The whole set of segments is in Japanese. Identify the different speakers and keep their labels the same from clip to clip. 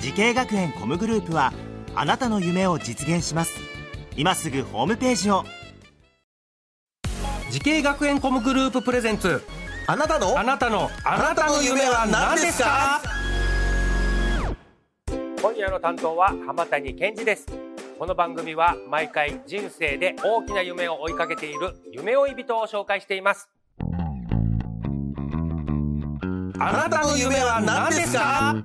Speaker 1: 時系学園コムグループはあなたの夢を実現します今すぐホームページを
Speaker 2: 時系学園コムグループプレゼンツ
Speaker 3: あなたの
Speaker 2: あなたのあ
Speaker 3: なたの夢は何ですか
Speaker 4: 今夜の担当は浜谷健二ですこの番組は毎回人生で大きな夢を追いかけている夢追い人を紹介しています
Speaker 3: あなたの夢は何ですか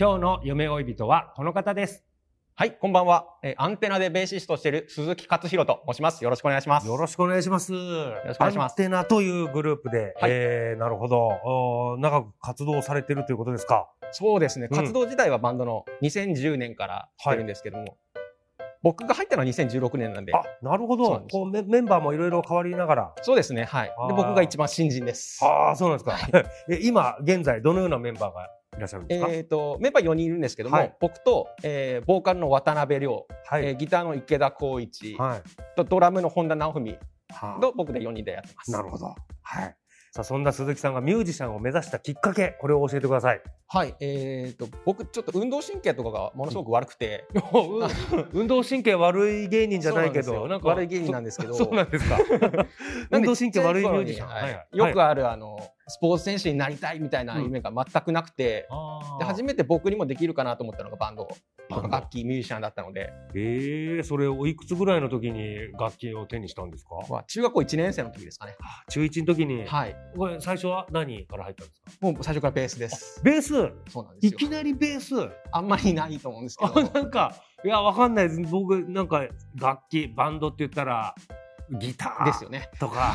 Speaker 4: 今日の夢追い人はこの方です
Speaker 5: はい、こんばんは。えーアンテナでベーシストしている鈴木勝弘と申します。よろしくお願いします。
Speaker 6: よろしくお願いします。よ
Speaker 5: ろしくお願いします
Speaker 6: アンテナというグループで、
Speaker 5: はい
Speaker 6: えー、なるほど。おー長く活動されてるということですか。
Speaker 5: そうですね。
Speaker 6: うん
Speaker 5: 活動自体はバンドの2010年からしてるんですけども、僕が入ったのは2016年なんで、
Speaker 6: あ、なるほ
Speaker 5: そう
Speaker 6: ど
Speaker 5: なん。です
Speaker 6: こうメメンバーもいろいろ変わりながら。
Speaker 5: そうですね。はい。
Speaker 6: あ
Speaker 5: で
Speaker 6: ー
Speaker 5: 僕が一番新人です。
Speaker 6: ああ、そうなんですか。 え今、現在、どのようなメンバーがいらっしゃるんですか、
Speaker 5: えっ、と、メンバー4人いるんですけども、
Speaker 6: はい
Speaker 5: 僕と、えーボーカルの渡辺亮、
Speaker 6: はい、
Speaker 5: えーギターの池田光一、
Speaker 6: はい。
Speaker 5: とドラムの本田直文
Speaker 6: は
Speaker 5: と僕で4人でやってます。
Speaker 6: あなるほど。はい。さあ、そんな鈴木さんがミュージシャンを目指したきっかけ、これを教えてください。
Speaker 5: はい。えっ、と、僕ちょっと運動神経とかがものすごく悪くて、
Speaker 6: 運動神経悪い芸人 じゃないけ
Speaker 5: そ
Speaker 6: ど、
Speaker 5: うなんですよ悪い芸人なんですけ ど。
Speaker 6: そうなんです か運動神経悪いミュージシャン。
Speaker 5: なんでちっちゃい頃に
Speaker 6: は
Speaker 5: はいよ
Speaker 6: い
Speaker 5: くあるあのスポーツ選手になりたいみたいな夢が全くなくて、で初めて僕にもできるかなと思ったのがバンド
Speaker 6: バンド
Speaker 5: 楽器ミュージシャンだったので、
Speaker 6: ええそれおいくつぐらいの時に楽器を手にしたんですか
Speaker 5: まあ、中学校1年生の時ですかね、
Speaker 6: 中1の時に、
Speaker 5: はい、
Speaker 6: これ最初は何から入ったんですか
Speaker 5: もう最初からベースです
Speaker 6: ベース
Speaker 5: そうなんで
Speaker 6: い
Speaker 5: す
Speaker 6: き
Speaker 5: よ
Speaker 6: なりベース
Speaker 5: あんまりないと思うんです け
Speaker 6: あ
Speaker 5: ど
Speaker 6: なんかいやわかんないです僕なんか楽器バンドって言ったらギタ
Speaker 5: です
Speaker 6: ー
Speaker 5: よね
Speaker 6: と か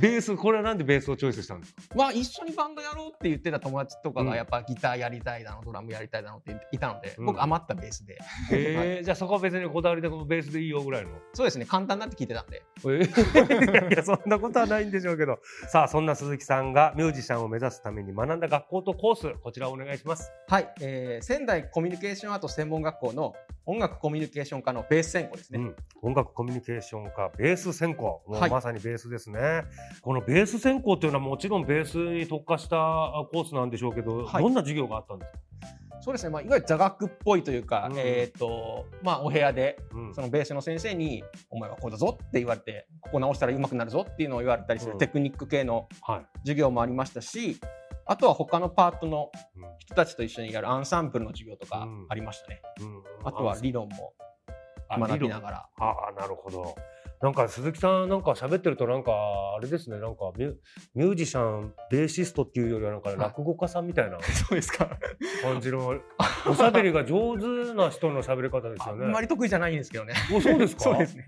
Speaker 6: ベースこれはなんでベースをチョイスしたんですか
Speaker 5: まあ一緒にバンドやろうって言ってた友達とかがやっぱギターやりたいだのドラムやりたいだのって言っていたので、
Speaker 6: うん
Speaker 5: 僕余ったベースで
Speaker 6: ええじゃあそこは別にこだわりでこのベースでいいよぐらいの
Speaker 5: そうですね簡単だって聞いてたんで
Speaker 6: えー いやいやそんなことはないんでしょうけどさあそんな鈴木さんがミュージシャンを目指すために学んだ学校とコースこちらをお願いします
Speaker 5: はい、えー仙台コミュニケーションアート専門学校の音楽コミュニケーション科のベース専攻ですね、
Speaker 6: うん、音楽コミュニケーション科ベース専攻も
Speaker 5: はいう
Speaker 6: まさにベースですね、このベース専攻っていうのはもちろんベースに特化したコースなんでしょうけど、
Speaker 5: はい
Speaker 6: どんな授業があったんですか、
Speaker 5: そうですね、まあ、いわゆる座学っぽいというか、
Speaker 6: うん
Speaker 5: えーとまあ、お部屋で
Speaker 6: うん
Speaker 5: そのベースの先生に「お前はこうだぞ」って言われて「ここ直したら上手くなるぞ」っていうのを言われたりする、
Speaker 6: うん
Speaker 5: テクニック系の
Speaker 6: はい
Speaker 5: 授業もありましたしあとは他のパートの人たちと一緒にやるアンサンブルの授業とか
Speaker 6: うん
Speaker 5: ありましたね、
Speaker 6: うんうん
Speaker 5: あとは理論も
Speaker 6: あ
Speaker 5: 学び
Speaker 6: 理
Speaker 5: な
Speaker 6: 論
Speaker 5: がら
Speaker 6: ああなるほどなんか鈴木さんなんか喋ってるとなんかあれですねなんかミュミュージシャンベーシストっていうよりはなんか
Speaker 5: い
Speaker 6: 落語家さんみたいな
Speaker 5: そうですか
Speaker 6: 感じのおしゃべりが上手な人の喋り方です
Speaker 5: あ
Speaker 6: よ
Speaker 5: ん
Speaker 6: ね。
Speaker 5: まり得意じゃないんですけどね
Speaker 6: おそうですか
Speaker 5: そうですね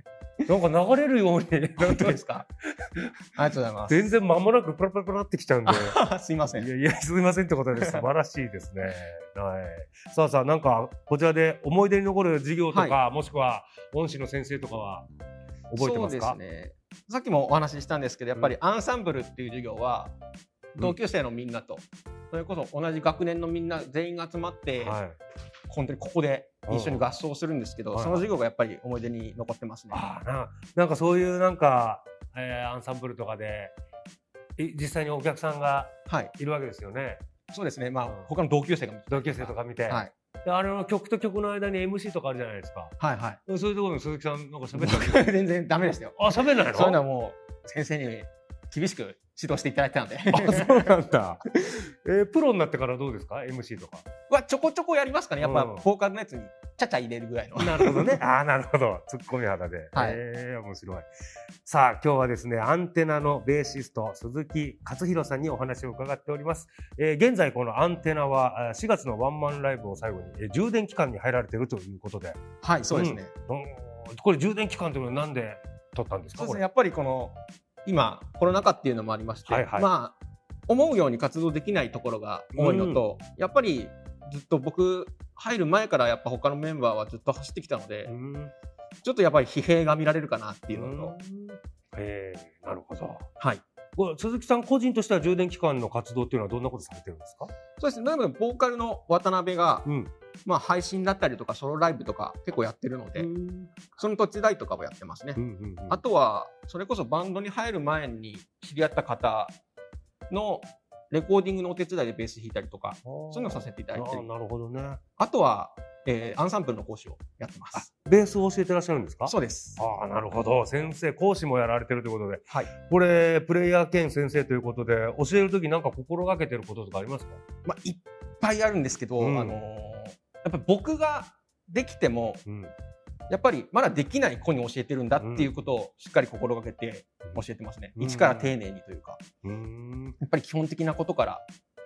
Speaker 6: なんか流れるように
Speaker 5: 本当ですかありがとうございます
Speaker 6: 全然間もなくプラプラプラってきちゃうんで。
Speaker 5: すいません
Speaker 6: いやいや、すみませんってことです。素晴らしいですね。はい。さあさあ、なんか、こちらで思い出に残る授業とか、
Speaker 5: は
Speaker 6: もしくは、恩師の先生とかは、覚えてますか
Speaker 5: そうですねさっきもお話ししたんですけどやっぱりアンサンブルっていう授業は同級生のみんなと、それこそ同じ学年のみんな全員が集まって、
Speaker 6: はい。
Speaker 5: 本当にここで一緒に合奏するんですけど、
Speaker 6: うん
Speaker 5: その授業がやっぱり思い出に残ってますね。
Speaker 6: ああ、ななんかそういう、なんか、えーアンサンブルとかで、い実際にお客さんが
Speaker 5: はい、
Speaker 6: いるわけですよね。
Speaker 5: そうですね。まあ
Speaker 6: うん
Speaker 5: 他の同級生が見て
Speaker 6: 同級生とか見て。
Speaker 5: はい
Speaker 6: であれの曲と曲の間に MC とかあるじゃないですか。
Speaker 5: はいはい。
Speaker 6: そういうところに鈴木さん、なんか喋 ったけど。
Speaker 5: 僕全然ダメでしたよ。
Speaker 6: あ、喋んないの
Speaker 5: そういうのはもう先生に厳しく指導していただいてたので、
Speaker 6: あ そうなんだ、 えープロになってからどうですか MC とか
Speaker 5: はちょこちょこやりますかね。やっぱ
Speaker 6: うん
Speaker 5: ボーカルのやつにちゃちゃ入れるぐらいの。
Speaker 6: なるほどね ああなるほどツッコミ肌で、
Speaker 5: はい
Speaker 6: えー面白いさあ今日はですねアンテナのベーシスト鈴木勝弘さんにお話を伺っております、えー現在このアンテナはあー4月のワンマンライブを最後に、えー充電期間に入られているということで
Speaker 5: はい、そうですね。
Speaker 6: うんこれ充電期間というのはなんで取ったんです
Speaker 5: そ
Speaker 6: か
Speaker 5: うです
Speaker 6: こ
Speaker 5: ね、
Speaker 6: れ
Speaker 5: やっぱりこの今コロナ禍っていうのもありまして、
Speaker 6: はいはい
Speaker 5: まあ思うように活動できないところが多いのと、やっぱりずっと僕入る前からやっぱ他のメンバーはずっと走ってきたので、
Speaker 6: うん
Speaker 5: ちょっとやっぱり疲弊が見られるかなっていうのと、
Speaker 6: えーなるほど。
Speaker 5: はい。
Speaker 6: これ鈴木さん個人としては充電期間の活動っていうのはどんなことされてるんですか？
Speaker 5: そうですね。なのでボーカルの渡辺が、
Speaker 6: うん
Speaker 5: まあ配信だったりとかソロライブとか結構やってるので、
Speaker 6: うん
Speaker 5: その土地代とかもやってますね。
Speaker 6: うんうんうん
Speaker 5: あとはそれこそバンドに入る前に知り合った方のレコーディングのお手伝いでベース弾いたりとか、そういうのをさせていただいて
Speaker 6: あ
Speaker 5: る
Speaker 6: ー。なるほどね。
Speaker 5: あとは、えーアンサンブルの講師をやってます。
Speaker 6: ベースを教えてらっしゃるんですか？
Speaker 5: そうです。
Speaker 6: ああなるほど先生講師もやられてるということで、
Speaker 5: はい
Speaker 6: これプレイヤー兼先生ということで教える時なんか心がけてることとかありますか、
Speaker 5: まあいっぱいあるんですけど、
Speaker 6: うん
Speaker 5: あのーやっぱり僕ができても
Speaker 6: うん、
Speaker 5: やっぱりまだできない子に教えてるんだっていうことをしっかり心がけて教えてますね。
Speaker 6: うん
Speaker 5: 一から丁寧にというか、
Speaker 6: うーん
Speaker 5: やっぱり基本的なことから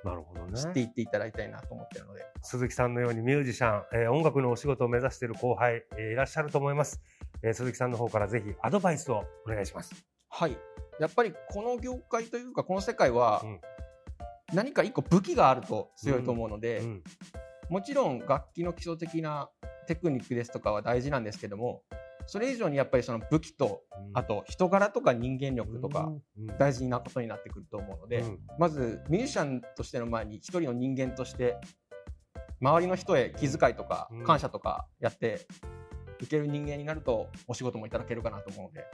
Speaker 6: なるほど
Speaker 5: 知ってい
Speaker 6: ね
Speaker 5: っていただきたいなと思ってるので、
Speaker 6: 鈴木さんのようにミュージシャン、えー音楽のお仕事を目指している後輩、えーいらっしゃると思います、えー鈴木さんの方からぜひアドバイスをお願いします
Speaker 5: はい。やっぱりこの業界というかこの世界は
Speaker 6: うん
Speaker 5: 何か一個武器があると強いと思うので、
Speaker 6: うん
Speaker 5: もちろん楽器の基礎的なテクニックですとかは大事なんですけどもそれ以上にやっぱりその武器とあと人柄とか人間力とか
Speaker 6: うん
Speaker 5: 大事なことになってくると思うので、
Speaker 6: うん
Speaker 5: まずミュージシャンとしての前に一人の人間として周りの人へ気遣いとか
Speaker 6: うん
Speaker 5: 感謝とかやっていける人間になるとお仕事もいただけるかなと思うので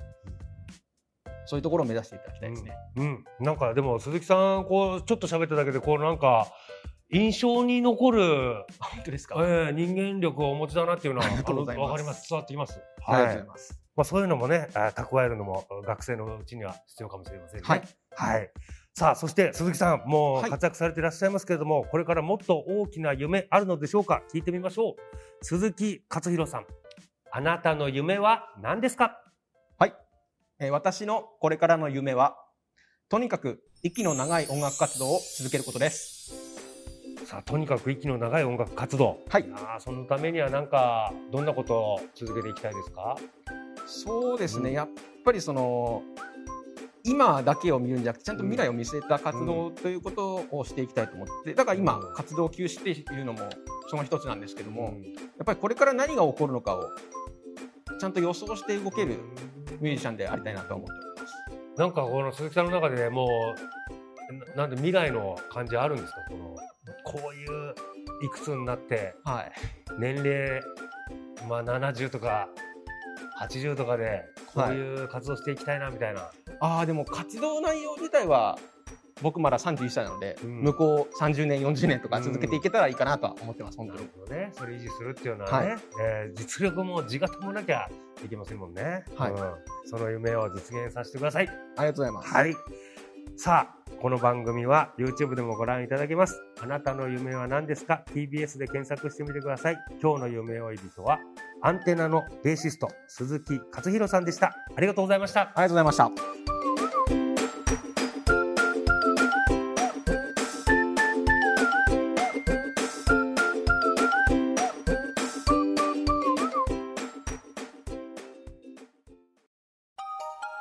Speaker 5: そういうところを目指していただきたいですね。
Speaker 6: うん、なんかでも鈴木さんこうちょっと喋っただけでこうなんか印象に残る
Speaker 5: 本当ですか、
Speaker 6: ええ人間力をお持ちだなっていうのは
Speaker 5: ありがとうございます
Speaker 6: あのわかります。伝わってきます。
Speaker 5: ありがとうござい
Speaker 6: ま
Speaker 5: ます。
Speaker 6: あそういうのもね、あ蓄えるのも学生のうちには必要かもしれませんね。
Speaker 5: はい。
Speaker 6: はい。さあそして鈴木さんも
Speaker 5: は
Speaker 6: う
Speaker 5: い
Speaker 6: 活躍されていらっしゃいますけれども、これからもっと大きな夢あるのでしょうか。聞いてみましょう。鈴木勝弘さん、あなたの夢は何ですか。
Speaker 5: はい、えー私のこれからの夢はとにかく息の長い音楽活動を続けることです
Speaker 6: さあとにかく息の長い音楽活動。
Speaker 5: はい
Speaker 6: ああそのためにはなんかどんなことを続けていきたいですか。
Speaker 5: そうですね、やっぱりその今だけを見るんじゃなくてちゃんと未来を見据えた活動ということをしていきたいと思ってだから今
Speaker 6: うん
Speaker 5: 活動休止っていうのもその一つなんですけども、やっぱりこれから何が起こるのかをちゃんと予想して動けるミュージシャンでありたいなと思っております
Speaker 6: なんかこの鈴木さんの中でもうななんで未来の感じあるんですかこのこういういくつになって
Speaker 5: はい
Speaker 6: 年齢まあ70とか80とかでこういう活動していきたいなみたいな、
Speaker 5: ああでも活動内容自体は僕まだ31歳なので、
Speaker 6: うん
Speaker 5: 向こう30年40年とか続けていけたらいいかなとは思ってます本
Speaker 6: な
Speaker 5: 当
Speaker 6: る
Speaker 5: に
Speaker 6: ほどねそれ維持するっていうのはね、
Speaker 5: は
Speaker 6: えー実力も自我ともなきゃいけませんもんね、
Speaker 5: はい
Speaker 6: うんその夢を実現させてください
Speaker 5: ありがとうございます、
Speaker 6: はい。さあ、この番組は YouTube でもご覧いただけます。あなたの夢は何ですか ?TBS で検索してみてください。今日の夢追い人は、アンテナのベーシスト、鈴木勝弘さんでした。ありがとうございました。
Speaker 5: ありがとうございました